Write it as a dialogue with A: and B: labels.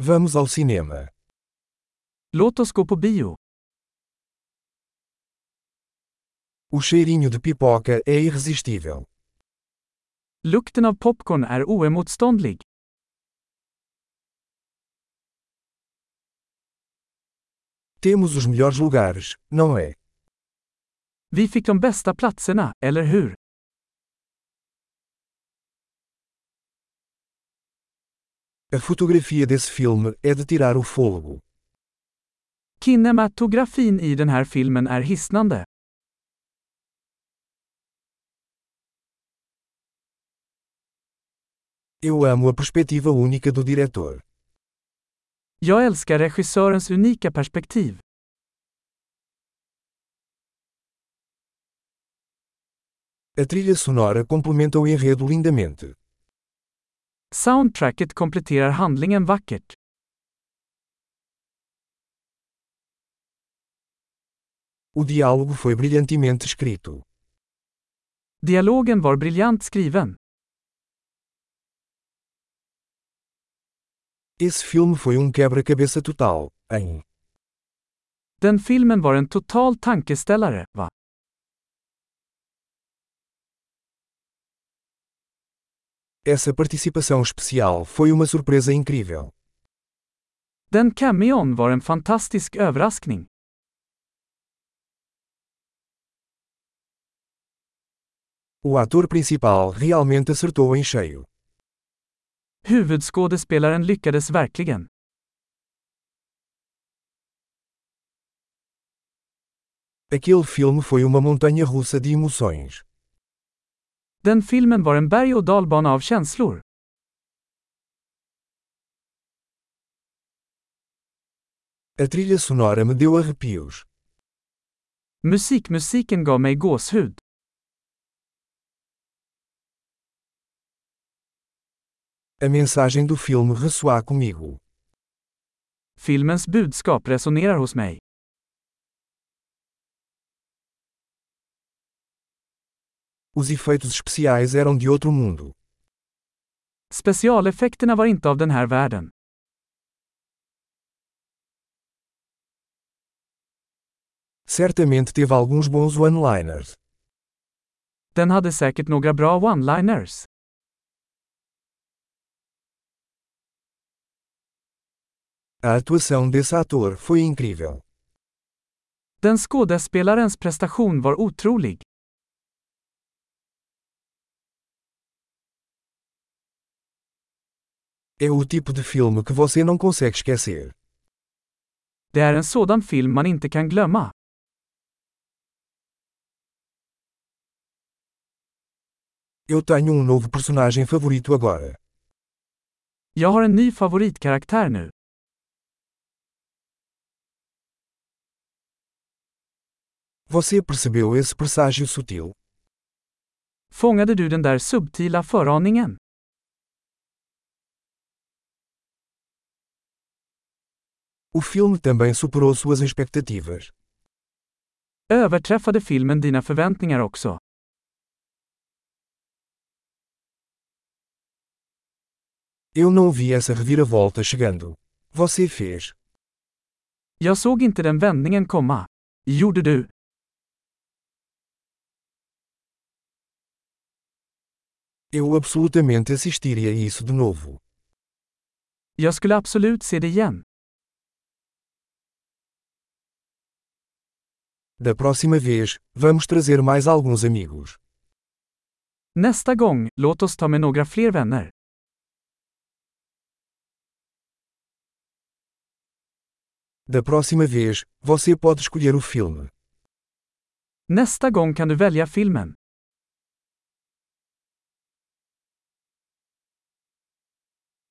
A: Vamos ao cinema.
B: Låt oss gå på bio.
A: O cheirinho de pipoca é irresistível.
B: Lukten av popcorn är oemotståndlig.
A: Temos os melhores lugares, não é?
B: Vi fick de bästa platserna, eller hur?
A: A fotografia desse filme é de tirar o fôlego.
B: Kinematografin i den här filmen är hisnande.
A: Eu amo a perspectiva única do diretor.
B: Jag älskar regissörens unika perspektiv.
A: A trilha sonora complementa o enredo lindamente.
B: Soundtracket kompletterar handlingen vackert.
A: O diálogo foi brilhantemente escrito.
B: Dialogen var briljant skriven.
A: Esse filme foi um quebra-cabeça total, hein?
B: Den filmen var en total tankeställare, va?
A: Essa participação especial foi uma surpresa incrível.
B: Den cameon var en fantastisk överraskning.
A: O ator principal realmente acertou em cheio.
B: Huvudskådespelaren lyckades verkligen.
A: Aquele filme foi uma montanha russa de emoções.
B: Den filmen var en berg och dalbana av känslor.
A: A trilha sonora me deu arrepios.
B: Musikmusiken gav mig gåshud.
A: A mensagem do filme ressoar comigo.
B: Filmens budskap resonerar hos mig.
A: Os efeitos especiais eram de outro mundo.
B: Specialeffekterna var inte av den här världen.
A: Certamente teve alguns bons one-liners.
B: Den hade säkert några bra one-liners.
A: A atuação desse ator foi incrível.
B: Den skådespelarens prestation var otrolig.
A: É o tipo de filme que você não consegue esquecer.
B: Det är en sådan film man inte kan glömma.
A: Eu tenho um novo personagem favorito agora.
B: Jag har en ny favoritkaraktär nu.
A: Você percebeu esse presságio sutil?
B: Fångade du den där subtila föraningen?
A: O filme também superou suas expectativas.
B: Överträffade filmen dina förväntningar också?
A: Eu não vi essa reviravolta chegando. Você fez.
B: Jag såg inte den vändningen komma. Gjorde du?
A: Eu absolutamente assistiria isso de novo.
B: Jag skulle absolut se det igen.
A: Da próxima vez, vamos trazer mais alguns amigos.
B: Nästa gång, låt oss ta med några fler vänner.
A: Da próxima vez, você pode escolher o filme.
B: Nästa gång kan du välja filmen.